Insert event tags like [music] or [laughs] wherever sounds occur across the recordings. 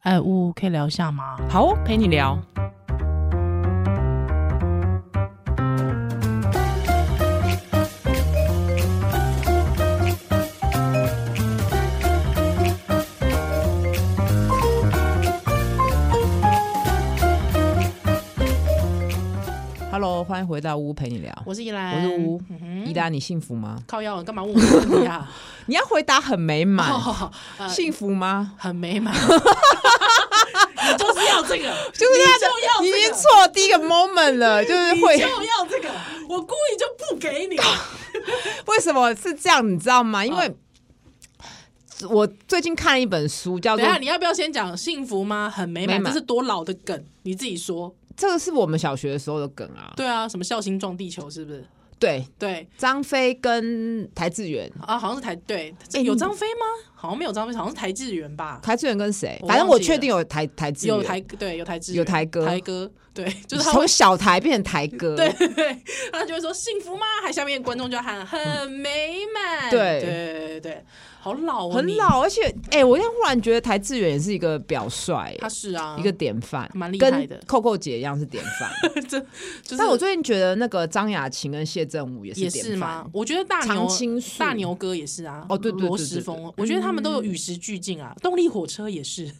哎，呜，可以聊一下吗？好哦，陪你聊。Hello，欢迎回到屋陪你聊。我是依兰，我是乌嗯哼伊达，你幸福吗？靠腰，你干嘛 [laughs] 问我这个问题啊？你要回答很美满，哦，呃幸福吗？很美 [laughs] 满， [laughs] 你就是要这个，就是你他就要的，你已这经个错第一个 moment [laughs] 了，就是你会就要这个，我故意就不给你。为什么是这样？你知道嗯吗？因为我最近看了一本书，叫等做一下，你要不要先讲幸福吗？很美美满，嗯这满是多老的梗，你自己说。 “这个是我们小学的时候的梗啊对啊，什么孝心撞地球是不是？”。对，对张飞跟台志远，啊，好像是台对，哎有你张飞吗？好像没有张飞，好像是台志远吧？台志远跟谁我？忘记了反正我确定有台台志远，有台对有台志远有台哥台哥对，就是他会从小台变成台哥。对， [laughs] 对，他就会说幸福吗？还下面观众就喊很美满，对对对对，好老哦，很你，老，而且哎、我现在忽然觉得台志远也是一个表率、他是啊，一个典范，蛮厉害跟的扣扣姐一样是典范。 [laughs] 就是但我最近觉得那个张雅琴跟谢振武也是也典是范吗。？我觉得大牛常青树大牛哥也是啊，哦对对对罗对时对丰，我觉得他们都有与时俱进啊，动力火车也是，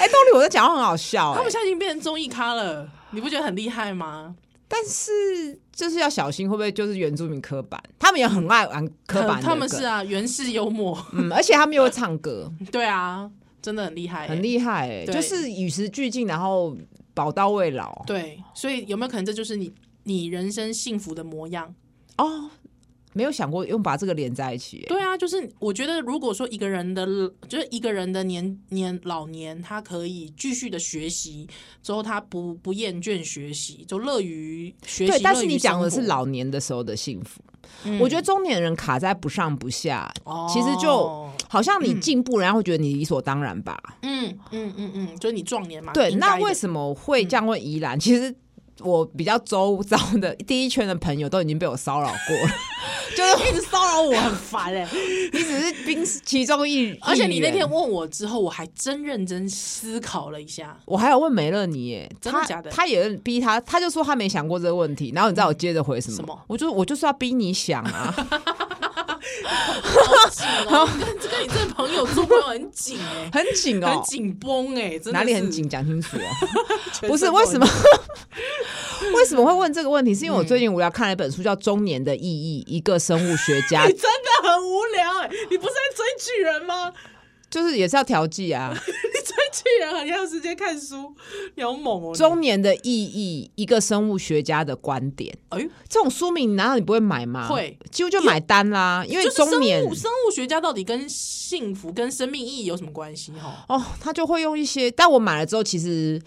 哎、道理我在讲话很好笑、他哎们现在已经变成综艺咖了，你不觉得很厉害吗？但是就是要小心，会不会就是原住民刻板？他们也很爱玩刻板的很梗，他们是啊，原始幽默， [laughs] 嗯，而且他们又会唱歌，对啊，真的很厉害欸，很厉害、欸，对就是与时俱进，然后宝刀未老。对，所以有没有可能这就是你你人生幸福的模样？哦，没有想过用把这个连在一起、欸，对啊，就是我觉得，如果说一个人的，就是一个人的年年老年，他可以继续的学习，之后他不不厌倦学习，就乐于学习。对。但乐是于你讲的是生活，老年的时候的幸福，嗯我觉得中年人卡在不上不下，其实就哦好像你进步，然后会觉得你理所当然吧。嗯嗯嗯嗯，就是你壮年嘛。对，应那该的 [laughs] 嗯为什么会这样问宜兰？其实我比较周遭的第一圈的朋友都已经被我骚扰过了， [laughs] 就是一直骚扰我，欸很烦哎、你只是冰其中 [laughs] 一， [laughs] 而且你那一天员问我之后，我还真认真思考了一下。我还有问梅乐妮耶，真的她假的他也逼他，他就说他没想过这个问题，然后你知道我接着回什么？什么我就我就是要逼你 [laughs] 想啊，好紧哦，你跟跟你这朋友做朋友很紧哎、很紧 [laughs] 哦很，紧绷哎，真的哪里很是紧？？讲清楚哦。 [laughs] 全不是身为都什很么？ [laughs] 为什么会问这个问题？是因为我最嗯近无聊看了一本书，叫《中年的意义》，一个生物学 [laughs] 家 [laughs] 你真的很无聊哎、你不是在追剧人 [laughs] 吗？就是也是要调 [laughs] 剂啊。你追剧人很有时间看书，你好猛哦、你中年的意义，一个生物学家的观点。哎呦，这种书名难道你不会买吗？会，几乎就买单啦。因为就是中生年物生物学家到底跟幸福跟生命意义有什么关系哈？哦，他就会用一些，但我买了之后，其实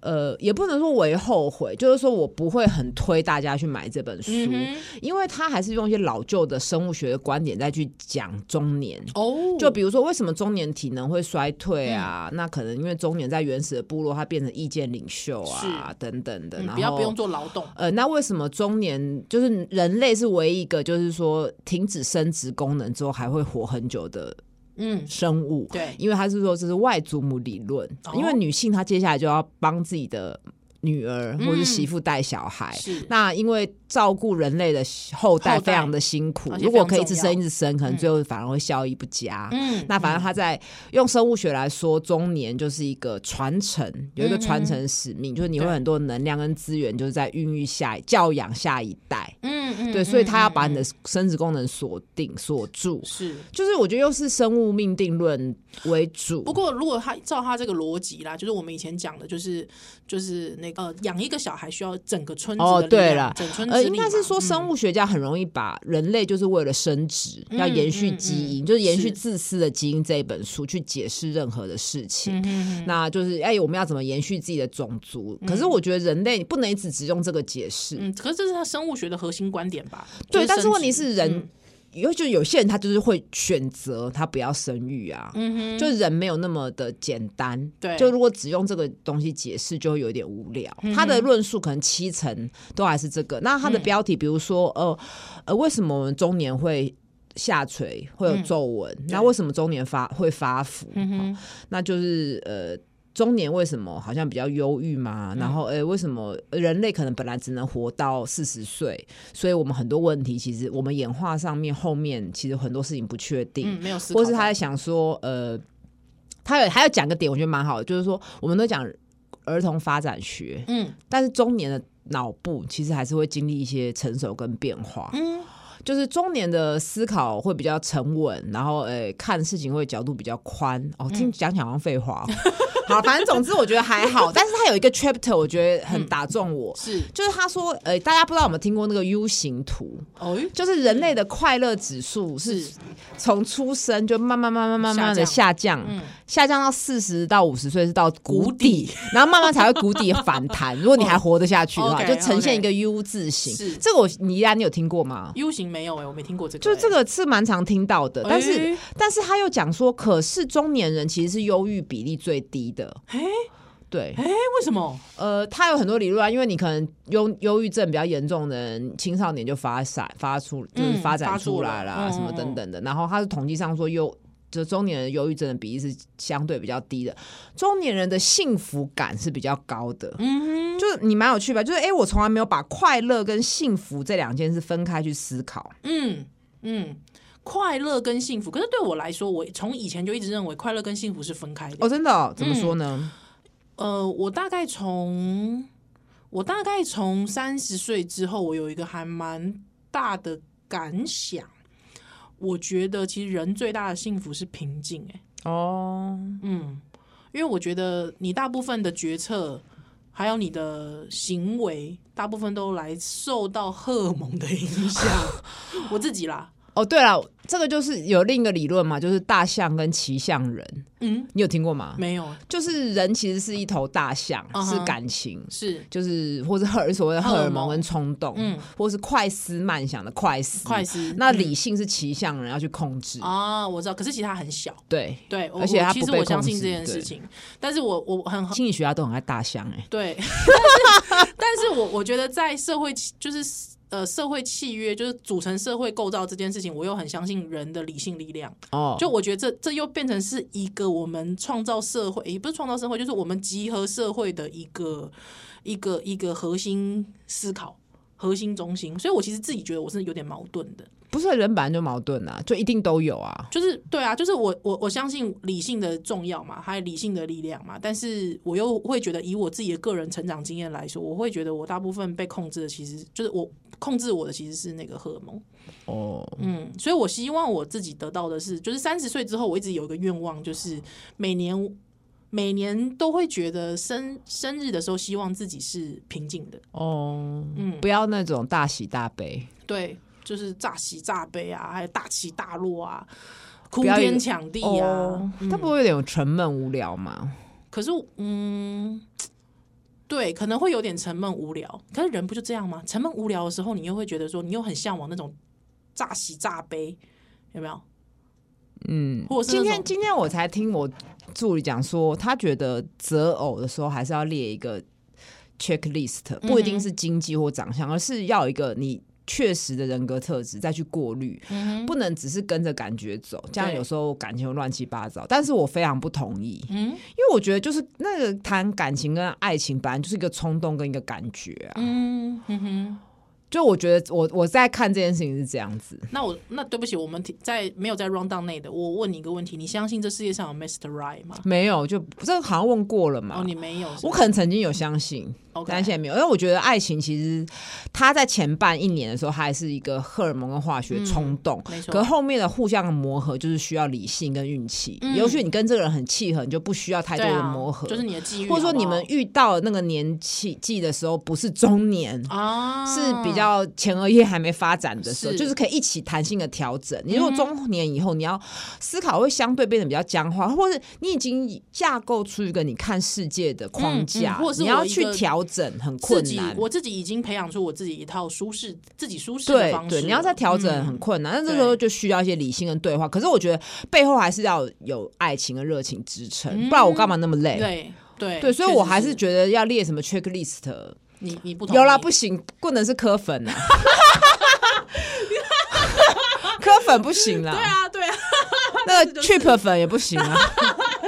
呃，也不能说我也后悔，就是说我不会很推大家去买这本书，嗯因为他还是用一些老旧的生物学的观点再去讲中年。哦，就比如说，为什么中年体能会衰退啊？嗯那可能因为中年在原始的部落，他变成意见领袖啊，等等的。嗯然不要后不用做劳动，呃，那为什么中年就是人类是唯一一个就是说停止生殖功能之后还会活很久的嗯，生物？对因为他是说这是外祖母理论，因为哦女性她接下来就要帮自己的女儿或嗯是媳妇带小孩。是那因为照顾人类的后代后非常代的辛苦而，且如非果常可以一重直生要一直生，可能最后反而会效益不佳。嗯那反正他在用生物学来说，中年就是一个传承，有一个传承使命，就是你会嗯对很多能量跟资源，就是在孕育下一教养下一代。嗯嗯，对，所以他要把嗯你的生殖功能锁定锁住，是。就是我觉得又是生物命定论为主。不过，如果他照他这个逻辑啦，就是我们以前讲的，就是就是那个呃，养一个小孩需要整个村子的哦力量对了整村呃，之应力嗯该是嘛说生物学家很容易把人类就是为了生殖、嗯要延续基因，就是延续是自私的基因这一本书去解释任何的事情。嗯那就是哎、我们要怎么延续自己的种族？可是我觉得人类不能一直只用这个解释。嗯，可是这是他生物学的核心观点吧？对，就但是生问题殖嗯是人，有就有些人他就是会选择他不要生育啊，嗯就人没有那么的简单。对嗯就如果只用这个东西解释，就会有点无聊。他的论述可能七成都还是这个。那他的标题，比如说呃呃，为什么我们中年会下垂，会有皱纹。那为什么中年发会发福？嗯嗯哼，那就是呃。中年为什么好像比较忧郁嘛？嗯然后，诶、呃为什么人类可能本来只能活到四十岁，所以我们很多问题其实我们演化上面后面其实很多事情不确定，嗯，没有思考或到，是他在想说，呃，他有还有讲个点，我觉得蛮好的，就是说我们都讲儿童发展学，嗯但是中年的脑部其实还是会经历一些成熟跟变化，嗯就是中年的思考会比较沉稳，然后呃看事情会角度比较宽。哦，听讲起来好像废话、哦。 [laughs] 好，反正总之我觉得还好，但是他有一个 chapter 我觉得很打中我。是，就是他说，呃，大家不知道有没有听过那个 U 型图，哦，就是人类的快乐指数是是从出生就慢慢慢慢慢慢的下降，下降,、嗯到四十到五十岁是到谷谷底， [laughs] 然后慢慢才会谷底反 [laughs] 弹。如果你还活得下去的话，哦 OK，就呈现一个 U 字形。是这个我你依然你有听过吗？ U 型没有哎、我没听过这个、就是这个，个是蛮常听到的，但是、哎但是他又讲说，可是中年人其实是忧郁比例最低的。哎对，哎、为什么？呃，他有很多理论啊，因为你可能忧忧郁症比较严重的人，青少年就发散发出就是嗯发展发出出了来啦，嗯什么等等的。然后他是统计上说忧。就中年人忧郁症的比例是相对比较低的，中年人的幸福感是比较高的。嗯哼，就是你蛮有趣吧？就是诶，我从来没有把快乐跟幸福这两件事分开去思考。嗯嗯。快乐跟幸福，可是对我来说，我从以前就一直认为快乐跟幸福是分开的。哦，真的、哦？怎么说呢？呃，我大概从我大概从三十岁之后，我有一个还蛮大的感想。我觉得其实人最大的幸福是平静、欸，哦，嗯，因为我觉得你大部分的决策，还有你的行为，大部分都来受到荷尔蒙的影响。 [laughs] 我自己啦，哦，对了，这个就是有另一个理论嘛，就是大象跟骑象人，嗯，你有听过吗？没有，就是人其实是一头大象，嗯是哼感情。是就是，或是荷尔所谓的荷尔荷尔蒙蒙跟冲动，嗯或是快思慢想的快思，快思嗯那理性是骑象人要去控制，啊，我知道，可是其实它很小。对，对，我而且我它其不实被我相控信制这件对事情，但是我我很心理学家都很爱大象、欸，对， [laughs] 但是但是我我觉得在社会契就是呃社会契约就是组成社会构造这件事情，我又很相信人的理性力量。哦，就我觉得这这又变成是一个我们创造社会，也不是创造社会，就是我们集合社会的一个一个一个核心思考。核心中心，所以我其实自己觉得我是有点矛盾的，不是人本来就矛盾啊，就一定都有啊，就是对啊，就是我我我相信理性的重要嘛，还有理性的力量嘛，但是我又会觉得以我自己的个人成长经验来说，我会觉得我大部分被控制的其实就是我控制我的其实是那个荷尔蒙，哦，嗯，所以我希望我自己得到的是，就是三十岁之后，我一直有一个愿望，就是每年每年都会觉得生生日的时候，希望自己是平静的，哦，嗯不要那种大喜大悲，对，就是大喜大悲啊，还有大起大落啊，哭不要有天抢地啊，哦，他不会有点沉闷无聊吗？可是嗯。对，可能会有点沉闷无聊，可是人不就这样吗？沉闷无聊的时候，你又会觉得说，你又很向往那种炸喜炸悲，有没有？嗯或者是今那天种今天我才听我助理讲说，他觉得择偶的时候还是要列一个嗯 checklist，不一定是经济或长相，而是要有一个你。确实的人格特质再去过滤，嗯哼不能只是跟着感觉走，这样对有时候感情会乱七八糟。但是我非常不同意，嗯因为我觉得就是那个谈感情跟爱情，本来就是一个冲动跟一个感觉啊。嗯嗯哼。就我觉得我我在看这件事情是这样子，那我那对不起，我们提在没有在 round down 内的，我问你一个问题：你相信这世界上有 Mr. Right 吗？没有就这个好像问过了嘛。哦，你没有是我吧，可能曾经有相信， OK 但是现在没有，因为我觉得爱情其实它在前半一年的时候，它还是一个荷尔蒙跟化学冲动。嗯没错可后面的互相磨合就是需要理性跟运气，嗯尤其你跟这个人很契合，你就不需要太多对的啊，磨合，就是你的际遇，或者说你好不好们遇到那个年纪纪的时候不是中年，啊是比较前额叶还没发展的时候，是嗯就是可以一起弹性的调整。你如果中年以后，你要思考会相对变得比较僵化，或者你已经架构出一个你看世界的框架，嗯嗯或者是你要我一去个调整，很自困己难，。我自己已经培养出我自己一套舒适、自己舒适的对方式了。对，你要再调整很嗯困难，那、这对时候就需要一些理性跟对话。可是我觉得背后还是要有爱情跟热情支撑，嗯不然我干嘛那么累？对对对，所以我还是确实觉得要列什么 checklist，你你不同意 [laughs] 有啦，不行，不能是磕粉啊。磕粉粉不行啦，对啊，对啊，那个 cheap 粉也不行 [laughs] 啊。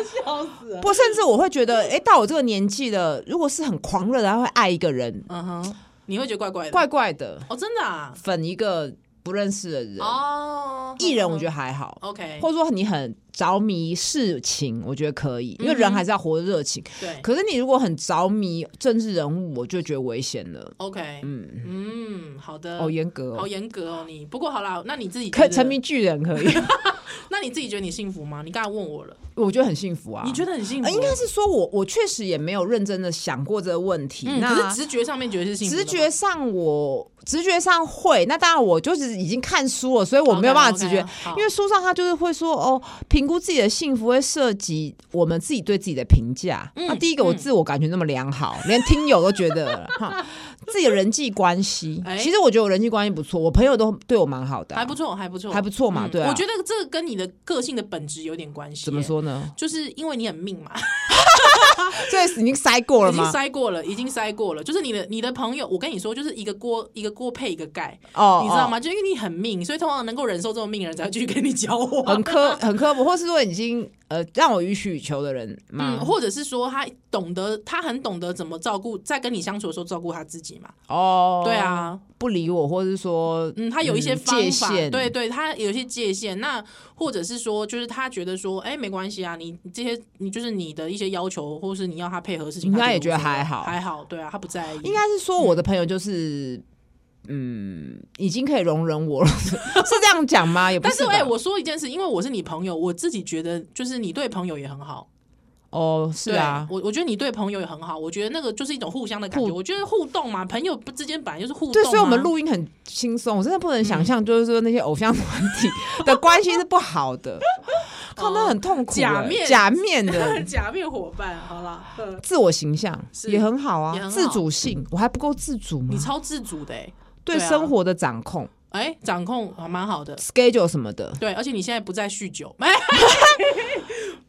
笑死了。不，甚至我会觉得，哎、到我这个年纪了，如果是很狂热的，他会爱一个人，嗯哼，你会觉得怪怪的，怪怪的，哦，真的啊，粉一个不认识的人，哦，艺、人我觉得得还好。 OK，或者说你很着迷事情，我觉得可嗯以，因为人还是要活得热情。对可是你如果很着迷政治人物，我就觉得危险了。 ，OK，嗯，嗯，好的，好严格好哦。严格哦，你不过好啦，那你自己可觉得沉迷，巨人 [laughs] 可以，那你自己觉得你幸福吗？你刚才问我了，我觉得很幸福啊。你觉得很幸福？呃？应该是说我我确实也没有认真的想过这个问题。嗯，可那是直觉上面觉得是幸福的直吗，觉上我直觉上会，那当然我就是已经看书了，所以我没有办法哦直觉。因为书上他就是会说哦，评估自己的幸福会涉及我们自己对自己的评价。那、嗯第一个，我嗯自我感觉那么良好，连听友都觉得了 [laughs] 哈，自己的人际关系，哎其实我觉得我人际关系不错，我朋友都对我蛮好的啊、还不错，还不错，还不错嘛，嗯对啊。我觉得这个跟你的个性的本质有点关系。怎么？说呢？就是因为你很命嘛，这已经塞过了已经吗？筛过了，已经筛过了。就是你的你的朋友，我跟你说，就是一个锅一个锅配一个盖，哦你知道哦吗？就因为你很命，所以通常能够忍受这种命的人才会继续跟你交往 [laughs] 很。刻很刻薄，或是说已经呃让我予取予求的人嘛嗯，，或者是说他懂得，他很懂得怎么照顾，在跟你相处的时候照顾他自己嘛。哦，对，啊，不理我，或是说嗯，他有一些嗯方界法，限对对，他有一些界限。那或者是说，就是他觉得说，哎、没关系啊，你你这些你就是你的一些要求，或是你要他配合的事情，应他该也无觉得所谓还好还好，对啊，他不在意，应该是说我的朋友就是，嗯，已经可以容忍我 [laughs] 了，是这样讲吗？也不但是吧哎、我说一件事，因为我是你朋友，我自己觉得就是你对朋友也很好，哦，是对啊，我我觉得你对朋友也很好，我觉得那个就是一种互相的感觉，互我觉得互动嘛，朋友之间本来就是互动、啊，嗯对，所以我们录音很轻松，我真的不能想象，就是说那些偶像团体的关系是不 [laughs] 好的，靠，那很痛苦哦欸，假面假面的。 [laughs] [laughs] 假面伙伴，好了，嗯自我形象是也很好啊也，很好自主性我还不够自主吗你？超自主的、欸，对对啊生活的掌控、哎、掌控还蛮好的。 schedule 什么的对，而且你现在不再酗 [laughs] 酒，哎、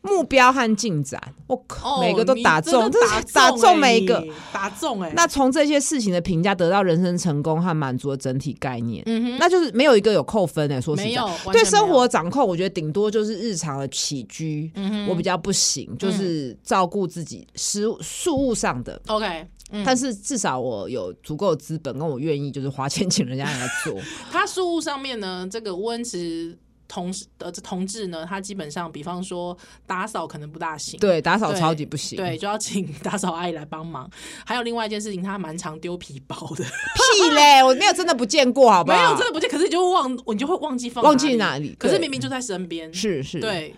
目标和进展，我靠，哦，每个都你打真的中，真的打是 [laughs] 打中欸每一个。你，打中哎、那从这些事情的评价得到人生成功和满足的整体概念，嗯哼，那就是没有一个有扣分的、欸说实没在有，对生活掌控，我觉得顶多就是日常的起居，嗯我比较不行，就是照顾自己食物事物上的。完全没有 OK，嗯，但是至少我有足够的资本，跟我愿意就是花钱请人家来 [laughs] 做。他事务上面呢，这个温池同事呃这同志呢，他基本上，比方说打扫可能不大行，对，打扫对超级不行，对，就要请 [laughs] 打扫阿姨来帮忙。还有另外一件事情，他蛮常丢皮包的，屁嘞，我没有真的不见过，好不没好？有真的不见，可是你就会忘，你就会忘记放忘记哪哪里可是对明明就在身边，是是，。对，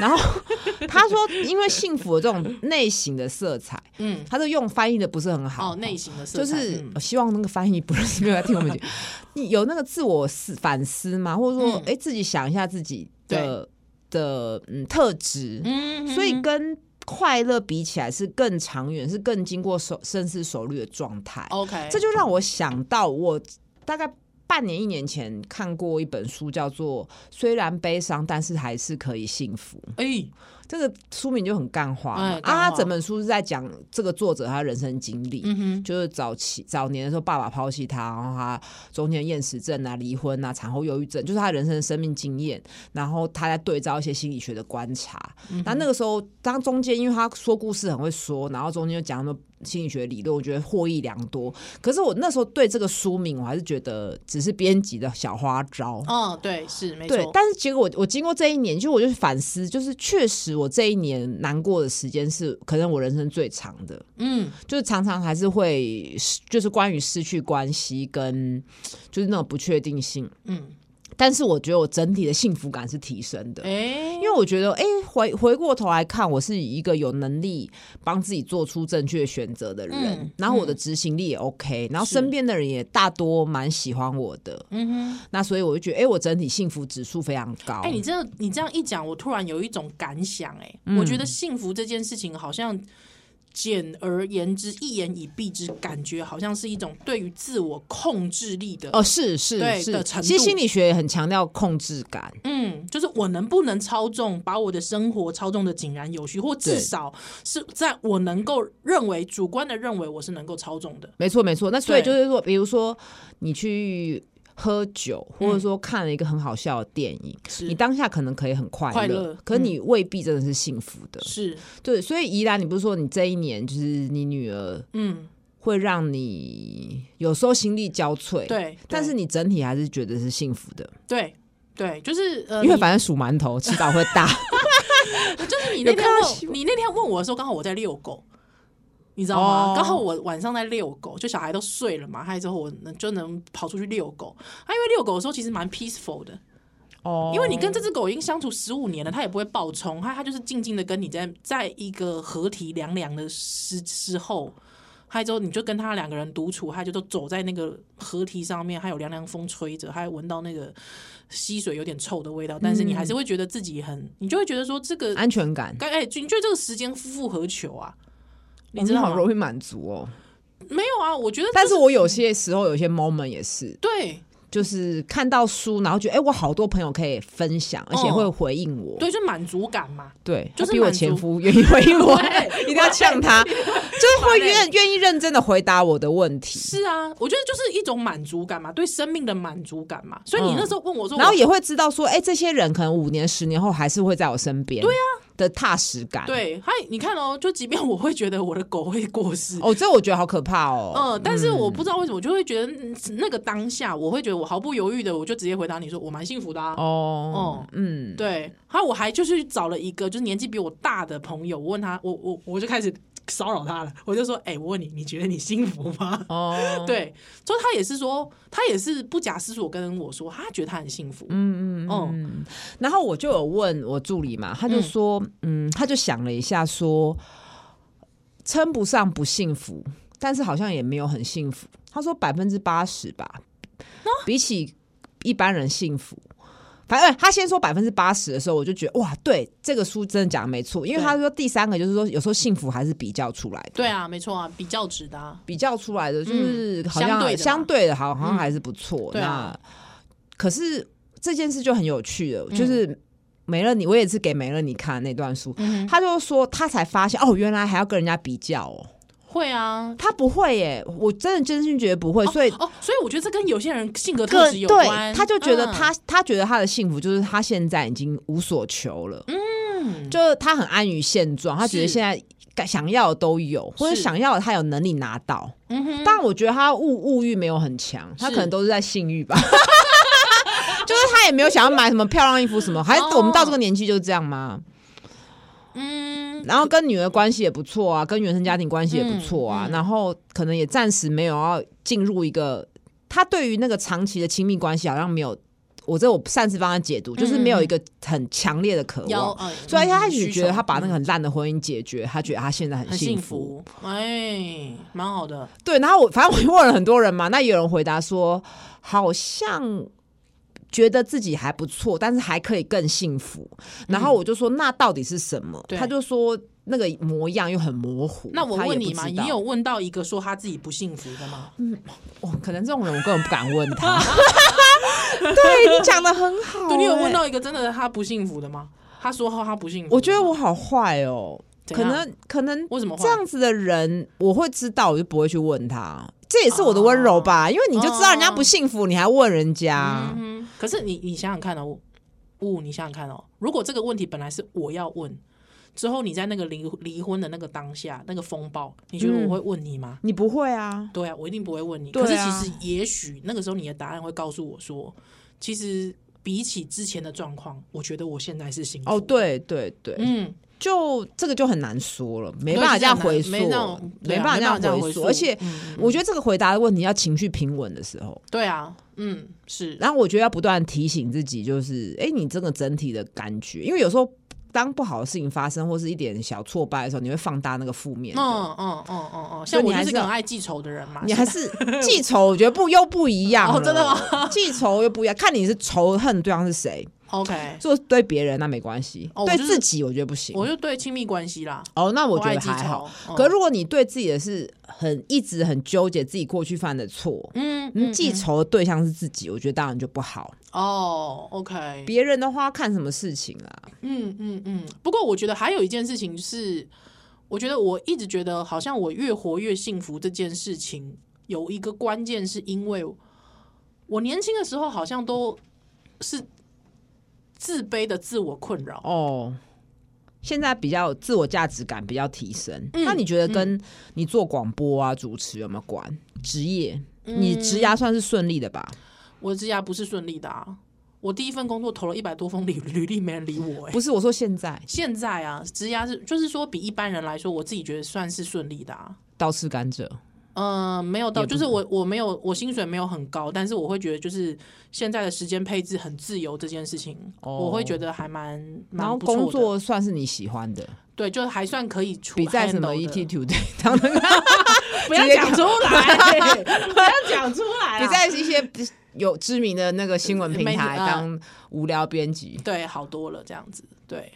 然后 [laughs] 他说，因为幸福的这种内省的色彩，嗯，他就用翻译的不是很好。哦，内心的色就彩是嗯我希望那个翻译不认识没有在听我们讲，你有那个自我思反思吗？或者说，嗯哎、自己想一下自己的的嗯特质，嗯所以跟快乐比起来是更长远，是更经过手深思熟虑的状态。 OK，这就让我想到，我大概半年一年前看过一本书，叫做《虽然悲伤，但是还是可以幸福》。哎、这个书名就很干话嘛哎干话啊，他整本书是在讲这个作者他人生经历。嗯哼，就是早期早年的时候，爸爸抛弃他，然后他中间厌食症啊、离婚啊、产后忧郁症，就是他人生的生命经验。然后他在对照一些心理学的观察。嗯那、那个时候，当中间因为他说故事很会说，然后中间又讲那么心理学理论，我觉得获益良多。可是我那时候对这个书名，我还是觉得只是编辑的小花招。哦，对，是没对错，，但是结果我我经过这一年，就我就反思，就是确实我这一年难过的时间是可能我人生最长的。嗯，就是常常还是会失，就是关于失去关系跟就是那种不确定性。嗯，但是我觉得我整体的幸福感是提升的，哎、因为我觉得，哎、回回过头来看，我是一个有能力帮自己做出正确选择的人，嗯然后我的执行力也 OK，、然后是身边的人也大多蛮喜欢我的，嗯哼，那所以我就觉得，哎、我整体幸福指数非常高。哎、你这你这样一讲，我突然有一种感想、哎、嗯我觉得幸福这件事情好像。简而言之，一言以蔽之，感觉好像是一种对于自我控制力的，哦，是是对是的，程其实度心理学也很强调控制感，嗯，就是我能不能操纵，把我的生活操纵的井然有序，或对至少是在我能够认为主观的认为我是能够操纵的，没错，没错。那所以对就是说，比如说你去喝酒，或者说看了一个很好笑的电影，你是当下可能可以很快快乐乐，嗯可你未必真的是幸福的。是，对，所以宜兰，你不是说你这一年就是你女儿嗯，会让你有时候心力交瘁，，对，但对是你整体还是觉得是幸福的，对对，就是呃，因为你反正数馒头迟早会 [laughs] 大。就是你有那天看到新问你那天问我的时候，刚好我在遛狗，你知道哦吗？刚、好我晚上在遛狗，就小孩都睡了嘛，还之后我能就能跑出去遛狗。啊，因为遛狗的时候其实蛮 peaceful 的，哦因为你跟这只狗已经相处十五年了，它也不会暴冲，它它就是静静的跟你在在一个合体凉凉的时时候。还之后你就跟它两个人独处，它就都走在那个河堤上面，还有凉凉风吹着，还闻到那个溪水有点臭的味道，但是你还嗯是会觉得自己很，你就会觉得说这个 [laughs] 安全感，该哎，你觉得这个时间夫复何求啊？你哦知道好吗？容易满足哦。没有啊，我觉得 [laughs] 但这是我有些时候有些 moment 也是，对就是看到书，然后觉得哎、我好多朋友可以分享，而且会回应我。哦对，就满足感嘛。对，就是他比我满足前夫 [laughs] 愿意回应我， [laughs] 对一定要呛他，就是会对愿愿意认真的回答我的问题，是啊，我觉得就是一种满足感嘛，对生命的满足感嘛。所以你那时候问我说，嗯然后我也会知道说，哎、这些人可能五年、十年后还是会在我身边，对啊的踏实感。，对，嗨，你看哦，就即便我会觉得我的狗会过世，哦，这我觉得好可怕哦。嗯，但是我不知道为什么，我就会觉得嗯那个当下，我会觉得我毫不犹豫的，我就直接回答你说，我蛮幸福的啊。哦哦，嗯，对，还有我还就是找了一个就是年纪比我大的朋友，我问他，我我我就开始骚扰他了，我就说，哎、我问你，你觉得你幸福吗？ [laughs] 哦，对，所以他也是说，他也是不假思索跟我说，他觉得他很幸福。哦嗯嗯嗯。然后我就有问我助理嘛，他就说，嗯，他就想了一下说，称不上不幸福，但是好像也没有很幸福。他说百分之八十吧，比起一般人幸福。反正他先说百分之八十的时候，我就觉得哇，对这个书真的讲得没错，因为对他说第三个就是说，有时候幸福还是比较出来的。对啊，没错啊，比较值的、啊。比较出来的，就是好像、相对的嘛嗯相对的，好好像还是不错。对啊嗯那可是这件事就很有趣了，就是梅乐你，我也是给梅乐你看那段书，嗯他就说他才发现哦，原来还要跟人家比较哦，会啊，他不会耶，我真的真心觉得不会，所以。哦，所以我觉得这跟有些人性格特个质有对，关。他就觉得嗯他、他觉得他的幸福就是他现在已经无所求了，嗯，就是他很安于现状，他觉得是现在该想要的都有，或者是想要的他有能力拿到，嗯哼，但我觉得他物物欲没有很强，他是可能都是在性欲吧。 [laughs] 就是他也没有想要买什么漂亮衣服什么，还是哦我们到这个年纪就是这样吗？嗯，然后跟女儿关系也不错啊，跟原生家庭关系也不错啊，然后可能也暂时没有要进入一个他对于那个长期的亲密关系好像没有，我这我擅自帮他解读，就是没有一个很强烈的渴要望，呃，所以他嗯也许觉得他把那个需很烂的婚姻解决，他觉得他现在求很很幸幸福。福，哎，蛮好的。对，然后我反正我 [laughs] 问了很多人嘛，那也有人回答说，好像觉得自己还不错，但是还可以更幸福。然后我就说，那到底是什么？嗯对他就说那个模样又很模糊。那我他也问不你知嘛，道你有问到一个说他自己不幸福的吗？哇？哦可能这种人我根本不敢问他。 [laughs] 对你讲的很好、对，你有问欸？到一个真的他不幸福的吗？他说他不幸福的吗，我觉得我好坏哦，怎可样能可能为什么坏这样子的人，我会知道，我就不会去问他。这也是我的温柔吧，因为你就知道人家不幸福，你还问人家。哦嗯哼，可是你你想想看哦，雾，你想想看哦，如果这个问题本来是我要问，之后你在那个离离婚的那个当下，那个风暴，你觉得我会问你吗？你不会啊？对啊，我一定不会问你。嗯对啊可是其实也许那个时候你的答案会告诉我说，其实比起之前的状况，我觉得我现在是幸福。哦，，对对对，嗯，就这个就很难说了，没对办法这样就是很回难溯，没那种对啊办法没办法这样回回溯。溯而且嗯我觉得这个回答的问题要情绪平稳的时候，对啊，嗯，是，然后我觉得要不断提醒自己，就是哎，诶你这个整体的感觉，因为有时候当不好的事情发生或是一点小挫败的时候，你会放大那个负面嗯的。嗯嗯嗯嗯嗯，所像以你我还就是是个要很爱记仇的人嘛，你还是记仇，我觉得不又不一样哦真的吗？记仇又不一样，看你是仇恨对方是谁。 OK，做对别人那没关系，哦我对就是自己我觉得不行。我就对亲密关系啦，哦，那我觉爱得记还好仇。嗯可如果你对自己的事很一直很纠结自己过去犯的错，嗯你记仇的对象是自己，我觉得当然就不好。哦，OK，别人的话看什么事情啊啦？嗯嗯嗯。不过我觉得还有一件事情是，我觉得我一直觉得好像我越活越幸福这件事情，有一个关键是因为我年轻的时候好像都是自卑的自我困扰。哦，现在比较自我价值感比较提升。嗯那你觉得跟你做广播啊、主持有没有关？职业，嗯你职涯算是顺利的吧？我的职涯不是顺利的啊，我第一份工作投了一百多封履履历，没人理我、欸。不是，我说现在现在啊，职涯是就是说比一般人来说，我自己觉得算是顺利的啊。倒吃甘蔗，嗯，没有到，就是我我没有我薪水没有很高，但是我会觉得就是现在的时间配置很自由这件事情，哦我会觉得还蛮然蛮后不错的。工作算是你喜欢的，对，就是还算可以处比在什么 handle 的 ET Today [laughs] 当中，不要讲出来， [laughs] 不要讲出来啊。比在一些有知名的那个新闻平媒体台啊当无聊编辑。对好多了，这样子对，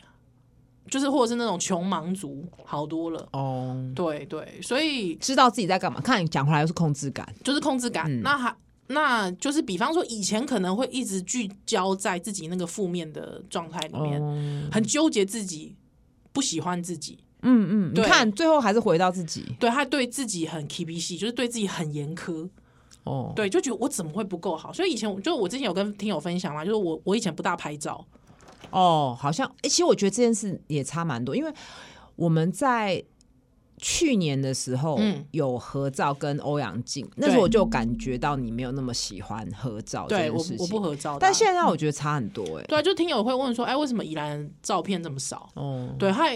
就是或者是那种穷忙族好多了，哦，对对，所以知道自己在干嘛。看你讲回来又是控制感，就是控制感。那还那就是比方说以前可能会一直聚焦在自己那个负面的状态里面，嗯很纠结自己，不喜欢自己，嗯，你对看最后还是回到自己。对他对自己很 K B C，就是对自己很严苛。哦，对，就觉得我怎么会不够好？所以以前我就我之前有跟听友分享嘛，就是我我以前不大拍照，哦，好像、诶其实我觉得这件事也差蛮多，因为我们在去年的时候嗯有合照跟欧阳靖，那时对候我就感觉到你没有那么喜欢合照哦这对件我事我不情。合照的啊、但现在我觉得差很多哎、对啊，就听友会问说，哎，为什么宜兰人照片这么少？哦，对，还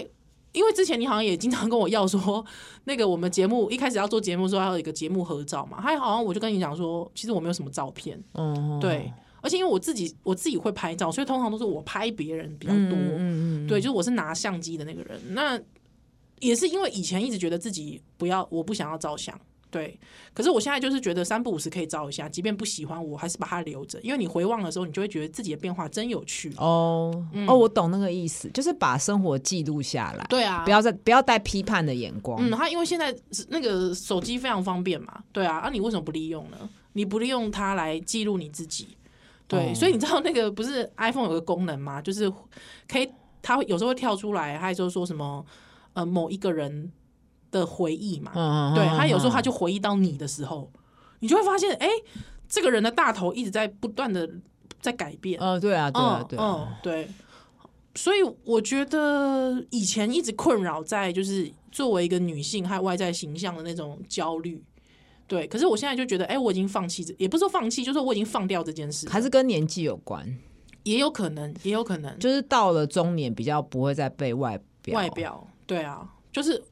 因为之前你好像也经常跟我要说，那个我们节目一开始要做节目的时候，还有一个节目合照嘛，还好像我就跟你讲说，其实我没有什么照片，哦，对，而且因为我自己我自己会拍照，所以通常都是我拍别人比较嗯，多，嗯嗯嗯，对，就是我是拿相机的那个人。那也是因为以前一直觉得自己不要，我不想要照相。对，可是我现在就是觉得三不五时可以照一下，即便不喜欢我，还是把它留着，因为你回望的时候，你就会觉得自己的变化真有趣。哦、哦，我懂那个意思，就是把生活记录下来，嗯对啊，不要再不要带批判的眼光。嗯，他因为现在是那个手机非常方便嘛，对啊，啊，你为什么不利用呢？你不利用它来记录你自己，对，哦所以你知道那个不是 iPhone 有个功能吗？就是可以，它会有时候会跳出来，还就说什么呃某一个人的回忆嘛，嗯，嗯对他有时候他就回忆到你的时候，你就会发现，哎、这个人的大头一直在不断的在改变，呃，对啊，对啊嗯，对啊，嗯，对。所以我觉得以前一直困扰在就是作为一个女性和外在形象的那种焦虑，对。可是我现在就觉得，哎、我已经放弃这，也不是说放弃，就是我已经放掉这件事，还是跟年纪有关，也有可能，也有可能就是到了中年比较不会再被外表外表，对啊，就是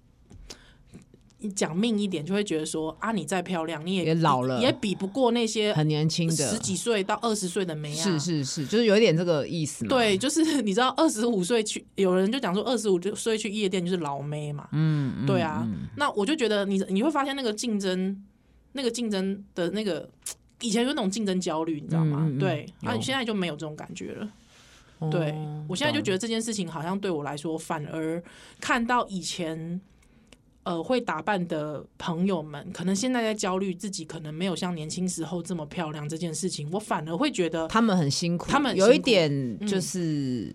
你讲命一点，就会觉得说啊，你再漂亮，你也也老了也比不过那些很年轻十的，几岁到二十岁的美啊，是是是，就是有一点这个意思嘛。对，就是 [laughs] 你知道，二十五岁去，有人就讲说二十五岁去夜店就是老妹嘛。嗯，嗯，对啊，嗯那我就觉得你你会发现那个竞争，那个竞争的那个，以前有那种竞争焦虑，你知道吗？嗯嗯嗯对，啊，有现在就没有这种感觉了。嗯对、哦我现在就觉得这件事情好像对我来说，反而看到以前。呃，会打扮的朋友们，可能现在在焦虑自己可能没有像年轻时候这么漂亮这件事情，我反而会觉得他们很辛苦，他们很有一辛苦嗯点就是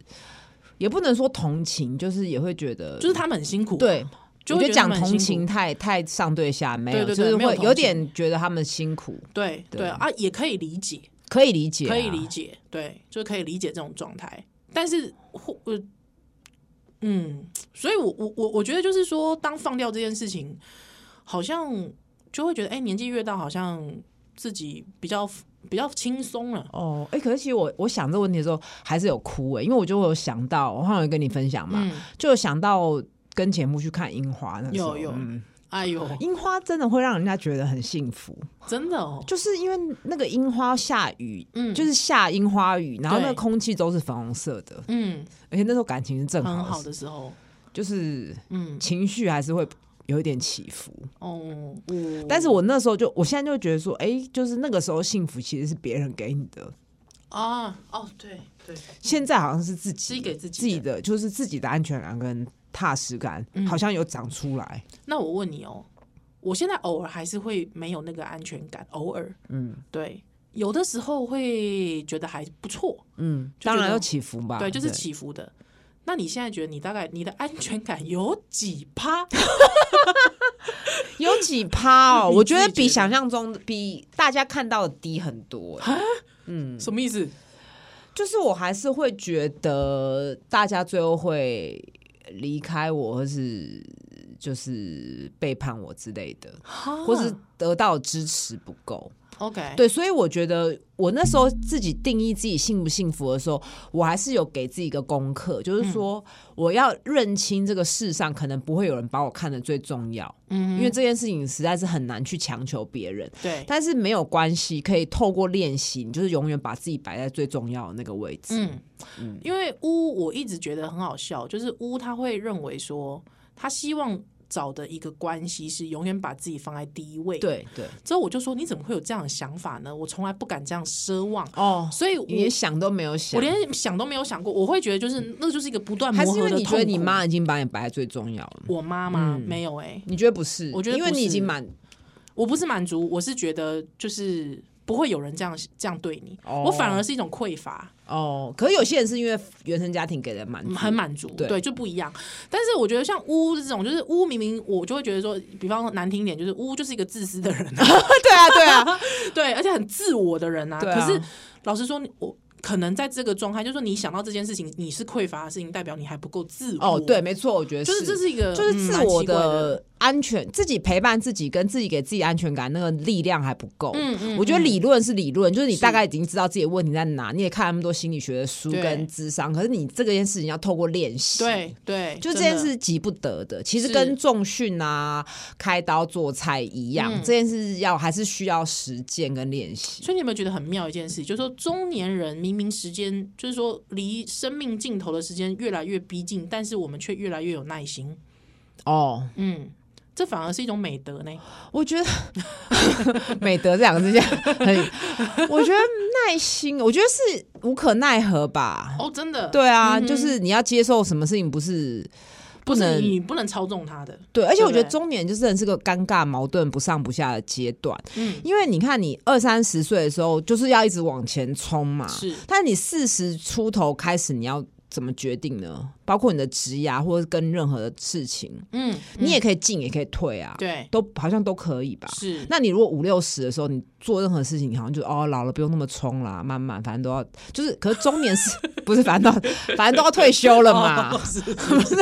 也不能说同情，就是也会觉得就是他们很辛苦、对，就我会觉得觉得讲他们很辛同苦情太太上对下没对有，对就对是没有会同有情点觉得他们辛苦，对对对啊，也可以理解，可以理解啊，可以理解，对，就可以理解这种状态。但是，或呃，嗯，所以我我我我觉得就是说，当放掉这件事情，好像就会觉得，哎、年纪越大，好像自己比较比较轻松了。哦，哎、可是其实我我想这个问题的时候，还是有哭哎、因为我就有想到，我好像有跟你分享嘛，嗯，就有想到跟节目去看樱花那时候，有有嗯哎呦，樱花真的会让人家觉得很幸福，真的哦，就是因为那个樱花下雨，嗯，就是下樱花雨，然后那个对空气都是粉红色的，嗯，而且那时候感情是正很 [laughs] 好好的，的时候，就是嗯，情绪还是会有一点起伏。哦，但是我那时候就，我现在就会觉得说，哎、就是那个时候幸福其实是别人给你的，啊，哦，对对，现在好像是自己自己给自己自己的，就是自己的安全感跟踏实感，嗯好像有长出来。那我问你哦，我现在偶尔还是会没有那个安全感，偶尔，嗯对，有的时候会觉得还不错，嗯，就觉当得然要起伏吧。对，就是起伏的。那你现在觉得你大概你的安全感有几趴？有几趴哦， [laughs] 你我觉得自己觉比得想象中比大家看到的低很 [laughs] 多欸。嗯，什么意思？就是我还是会觉得大家最后会离开我，或是就是背叛我之类的，或或是得到支持不够。 OK，对，所以我觉得我那时候自己定义自己幸不幸福的时候，我还是有给自己一个功课，就是嗯说我要认清这个世上可能不会有人把我看得最重要，嗯哼，因为这件事情实在是很难去强求别人。对，但是没有关系，可以透过练习，你就是永远把自己摆在最重要的那个位置。嗯，因为乌我一直觉得很好笑，就是乌他会认为说，他希望找的一个关系是永远把自己放在第一位。，对对，之后我就说你怎么会有这样的想法呢？我从来不敢这样奢望，哦，所以我你连想都没有想，我连想都没有想过，我会觉得就是那就是一个不断磨嗯还是合因为的你觉得痛你苦妈已经把你摆在最重要了吗？我妈妈、嗯没有哎、欸你觉得不是？我觉得因为不你已经是满我不是满足，我是觉得就是不会有人这样这样对你，哦我反而是一种匮乏，哦，可是有些人是因为原生家庭给的满足，很满足，对对，就不一样。但是我觉得像乌这种，就是乌明明我就会觉得说，比方说难听点，就是乌就是一个自私的人、 [laughs] 啊，对啊 [laughs] 对啊，对，而且很自我的人啊。对啊可是老实说，你我。可能在这个状态，就是说你想到这件事情，你是匮乏的事情，代表你还不够自我。哦对，，没错，我觉得就是这是是一个就是嗯自蛮我奇怪的的安全，自己陪伴自己跟自己给自己安全感那个力量还不够。嗯嗯我觉得嗯理论是理论，就是你大是概已经知道自己的问题在哪，你也看那么多心理学的书对跟智商，可是你这个件事情要透过练习，对对，就这真件的事急不得的，其实是跟重训啊、开刀做菜一样，嗯这件事要还是需要实践跟练习。所以你有没有觉得很妙一件事，就是说中年人明明时间就是说离生命尽头的时间越来越逼近，但是我们却越来越有耐心。哦，嗯，这反而是一种美德 [laughs] 呢。我觉得美德这两个 [laughs] 字这样很，我觉得耐心，我觉得是无可奈何吧。哦，真的，，对啊，嗯哼就是你要接受什么事情不是不是能你不能操纵他的。对，而且我觉对得中年就真的是个尴尬、矛盾、不上不下的阶段，嗯，因为你看你二三十岁的时候就是要一直往前冲嘛，是但你四十出头开始，你要怎么决定呢？包括你的职涯，或者跟任何的事情，嗯，你也可以进，也可以退啊，对，都好像都可以吧。是那你如果五六十的时候，你做任何事情，你好像就哦老了不用那么冲啦，慢慢反正都要，就是可是中年是 [laughs] 不是反正都要反正都要退休了嘛，哦是是 [laughs]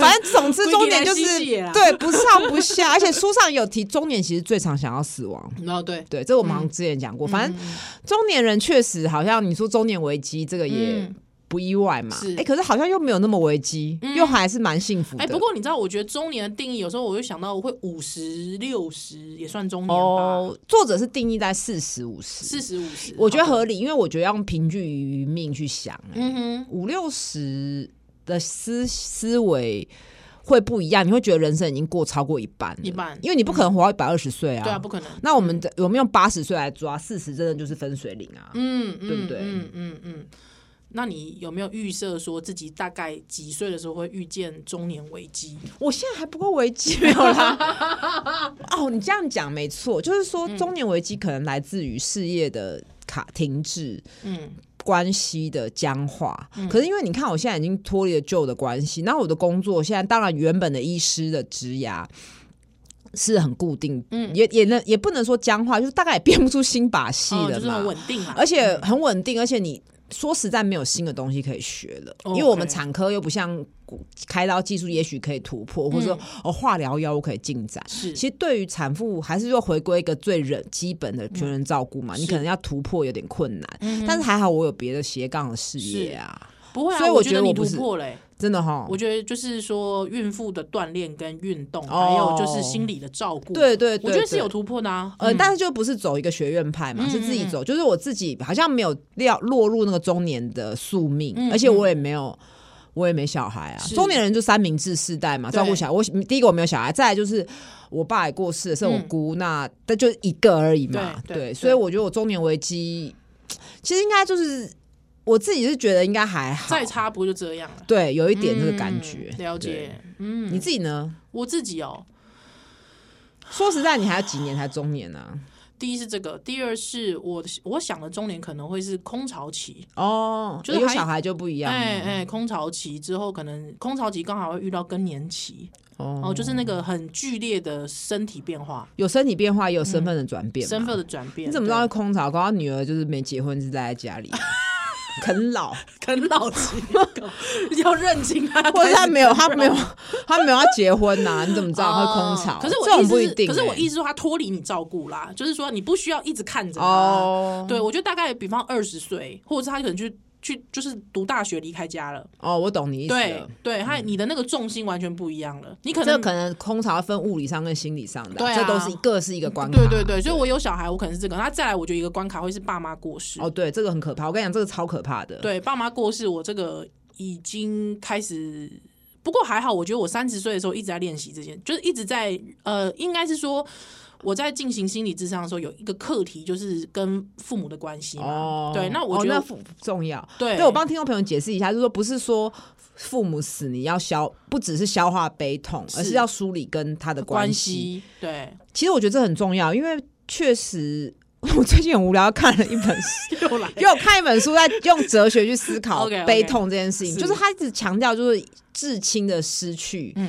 反正总之中年就是规矩来西西啦对不上不下，而且书上有提中年其实最常想要死亡，然后哦对，对，这我们好像之前讲过，反正嗯中年人确实好像你说中年危机这个也。嗯不意外嘛。是哎、可是好像又没有那么危机，嗯又还是蛮幸福的。哎，不过你知道，我觉得中年的定义，有时候我会想到，我会五十六十也算中年吧，哦，作者是定义在四十五十，四十五十，我觉得好的，合理，因为我觉得要用平均于命去想、哎嗯哼，五六十的思思维。会不一样，你会觉得人生已经过超过一半了，一半因为你不可能活到一百二十岁啊。对啊，不可能。那我们的我们用八十岁来抓，四十真的就是分水岭啊。嗯，对不对嗯嗯嗯。那你有没有预设说自己大概几岁的时候会遇见中年危机？我现在还不够危机，没有啦。 [laughs] 哦，你这样讲没错，就是说嗯中年危机可能来自于事业的卡停滞。嗯，关系的僵化，可是因为你看，我现在已经脱离了旧的关系，那我的工作现在当然原本的医师的职涯是很固定，嗯也也能也不能说僵化，就是大概也变不出新把戏哦，了就是嘛，很稳定嘛。而且很稳定，而且你说实在没有新的东西可以学了，哦因 OK 为我们产科又不像开刀技术，也许可以突破，或者说嗯哦化疗药物可以进展。是其实对于产妇，还是说回归一个最人基本的全人照顾嘛，你嗯是可能要突破有点困难。嗯哼但是还好我有别的斜杠的事业啊，不会啊，所以我我觉得你我不突是破了欸。真的哈我。觉得就是说，孕妇的锻炼跟运动，哦还有就是心理的照顾，，对对对，我觉得是对有突破的啊。呃，嗯但是就不是走一个学院派嘛，嗯是自己走，就是我自己好像没有料落入那个中年的宿命，嗯而且我也没有。我也没小孩啊，是中年人就三明治世代嘛，对照顾小孩。我第一个我没有小孩，再来就是我爸也过世了，剩我嗯姑，那但就一个而已嘛。对对对所以我觉得我中年危机，其实应该就是我自己是觉得应该还好，再差不多就这样了。对，有一点这个感觉。嗯了对解。嗯，你自己呢？我自己哦，说实在，你还有几年才中年呢、啊？第一是这个，第二是我我想的中年可能会是空巢期，哦，就是有还小孩就不一样了，哎哎，空巢期之后可能空巢期刚好会遇到更年期，哦哦，就是那个很剧烈的身体变化、有身体变化，也有身份的转变嘛、嗯身份的转变。你怎么知道是对空巢？搞到女儿就是没结婚，是待在 [laughs] 家里啃老，啃老期 [laughs] 要认清他，或者她没有，她没有，她没有要结婚呐、你怎么知道会空巢？哦可是我这意种思不一是定欸、可是我意思说他脱离你照顾啦，就是说你不需要一直看着他。哦，对，我觉得大概比方二十岁，或者是他可能去去就是读大学离开家了，哦，我懂你意思对了。对，他你的那个重心完全不一样了，你可嗯这能个可能空巢分物理上跟心理上的，对啊这都是一个是一个关卡。对对对，所以我有小孩，我可能是这个，那再来我觉得一个关卡会是爸妈过世，哦，对，这个很可怕。我跟你讲，这个超可怕的。，对，爸妈过世，我这个已经开始。不过还好，我觉得我三十岁的时候一直在练习这件，就是一直在呃，应该是说我在进行心理智商的时候，有一个课题就是跟父母的关系嘛。哦，对，那我哦觉得、那父重要。对，对我帮听众朋友解释一下，就是说不是说父母死你要消，不只是消化悲痛，而是是要梳理跟他的关系。系，对，其实我觉得这很重要，因为确实 [laughs] 我最近很无聊，看了一本书。 [laughs] 又来因为我看一本书，在用哲学去思考 OK，OK 悲痛这件事情，是就是他一直强调，就是至亲的失去，嗯，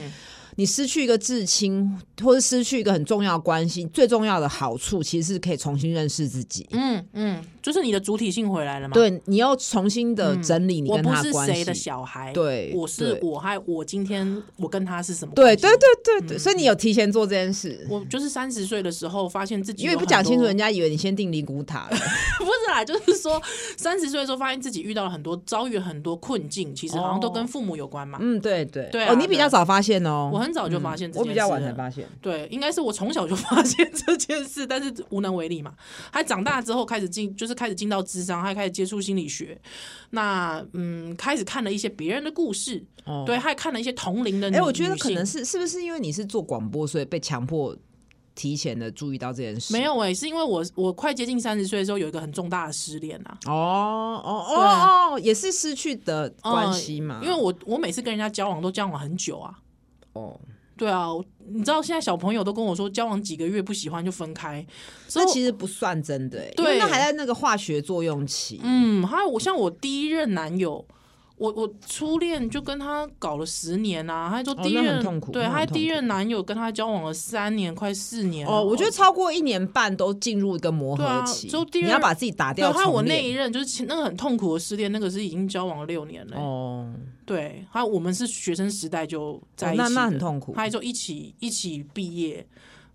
你失去一个至亲，或是失去一个很重要的关系，最重要的好处其实是可以重新认识自己。嗯嗯，就是你的主体性回来了嘛？，对，你要重新的嗯整理你我跟不他是关谁系。的小孩，，对，我是对我，还有我今天我跟他是什么？对对，对对对，所以你有提前做这件事，嗯我就是三十岁的时候发现自己因为有不讲很清楚，多人家以为你先定尼古塔 [laughs] 了。不是啦，就是 [laughs] 说三十岁的时候发现自己遇到了很多遭遇了很多困境，其实好像都跟父母有关嘛。哦嗯，对对对啊哦，你比较对早发现哦，我很早就发现这我件事了、比较晚才发现。对，应该是我从小就发现这件事，但是无能为力嘛。还长大之后开始进，就是开始进到智商，还开始接触心理学。那嗯，开始看了一些别人的故事，哦对，还看了一些同龄的女。哎、我觉得可能嗯女性是是不是因为你是做广播，所以被强迫提前的注意到这件事？没有哎、是因为我我快接近三十岁的时候有一个很重大的失恋啊。哦哦对啊哦哦，也是失去的关嗯系嘛、因为我我每次跟人家交往都交往很久啊，哦，对啊，我你知道现在小朋友都跟我说，交往几个月不喜欢就分开，所以那我其实不算真的、欸，因对为那还在那个化学作用期。嗯，还有我像我第一任男友，我我初恋就跟他搞了十年啊，他说第一哦那很任、痛苦对，那很他痛第一苦任男友跟他交往了三年，快四年哦，我觉得哦超过一年半都进入一个磨合期，对啊就第二你要把自己打掉对，还有我重那练一任就是前那个很痛苦的失恋，那个是已经交往了六年了、哦，对，还有我们是学生时代就在哦一起、那那很痛苦他就一起一起毕业。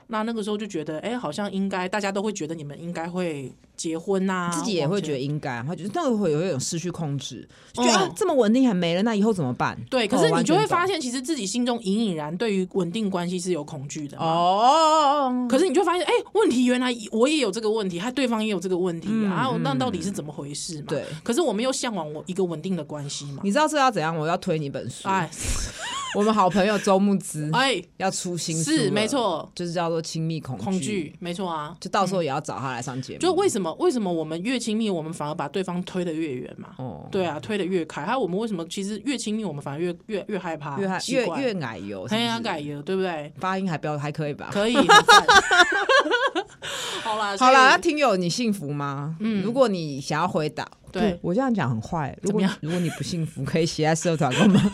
那那个时候就觉得，哎、好像应该大家都会觉得你们应该会结婚啊呐、自己也会往前觉得应该，会觉得那个会有一种失去控制，就嗯觉得、啊、这么稳定还没了，那以后怎么办？对，可是哦你就会发。完全现，懂其实自己心中隐隐然对于稳定关系是有恐惧嗯的。哦，哦，可是你就发现，哎、问题原来我也有这个问题，还对方也有这个问题嗯啊，啊嗯那到底是怎么回事嘛？对。可是我们又向往我一个稳定的关系嘛？你知道这要怎样？我要推你一本书。哎我们好朋友周牧之 [laughs] [laughs] 哎，要出新书了，是没错，啊就是叫做《亲密恐恐惧没错啊。就到时候也要找他来上节目。就为什么为什么我们越亲密，我们反而把对方推得越远嘛？哦，对啊，推得越开。还有我们为什么其实越亲密，我们反而越越越害怕，越害奇越怪越矮油，哎呀是不是改了，对不对？ [laughs] 发音还标还可以吧？可以，很赞好啦，所 [laughs] 好以啦，那听友你幸福吗？嗯，如果你想要回答，对不我这样讲很坏。如怎果么样如果你不幸福，可以写在社团跟 [laughs] 我们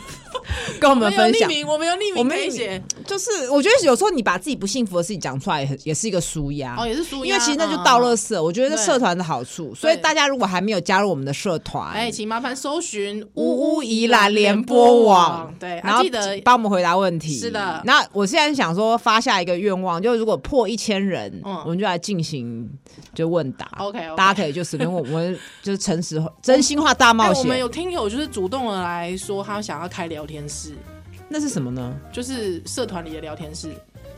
跟我们分享。我们有匿我名可们以写，就是我觉得有时候你把自己不幸福的事情讲出来，也很也是一个舒压。哦，也是输，因为其实那就到嗯。垃圾，我觉得对社团的好处。所以对大家如果还没有加入我们的社团，哎，请麻烦搜寻乌呜乌呜宜宜兰兰联联播播网网，，对，然啊，后记得帮我们回答问题。是的那我现在想说发下一个愿望，就如果破一千人，嗯我们就来进行就问答。 OK，OK 大家可以就随便问，我们就是诚实真心话大冒哎我们险。有听友就是主动的来说，他想要开聊天室，那是什么呢？就是社团里的聊天室。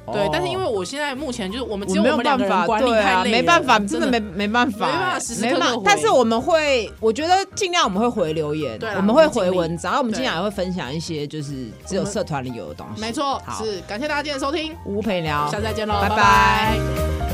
哦对，但是因为我现在目前就是我们我只有没我有们两办个人法，管理对太啊，累了，没办法，真真的没没办法，哎没办法时时刻没刻办法回但是我们会，我觉得尽量我们会回留言对，啦啊我们会回我们尽力文章，然后我们对尽量也会分享一些就是只有我们社团里有的东西。没错，好，是感谢大家今天的收听，吴陪聊，下次再见喽，拜拜拜拜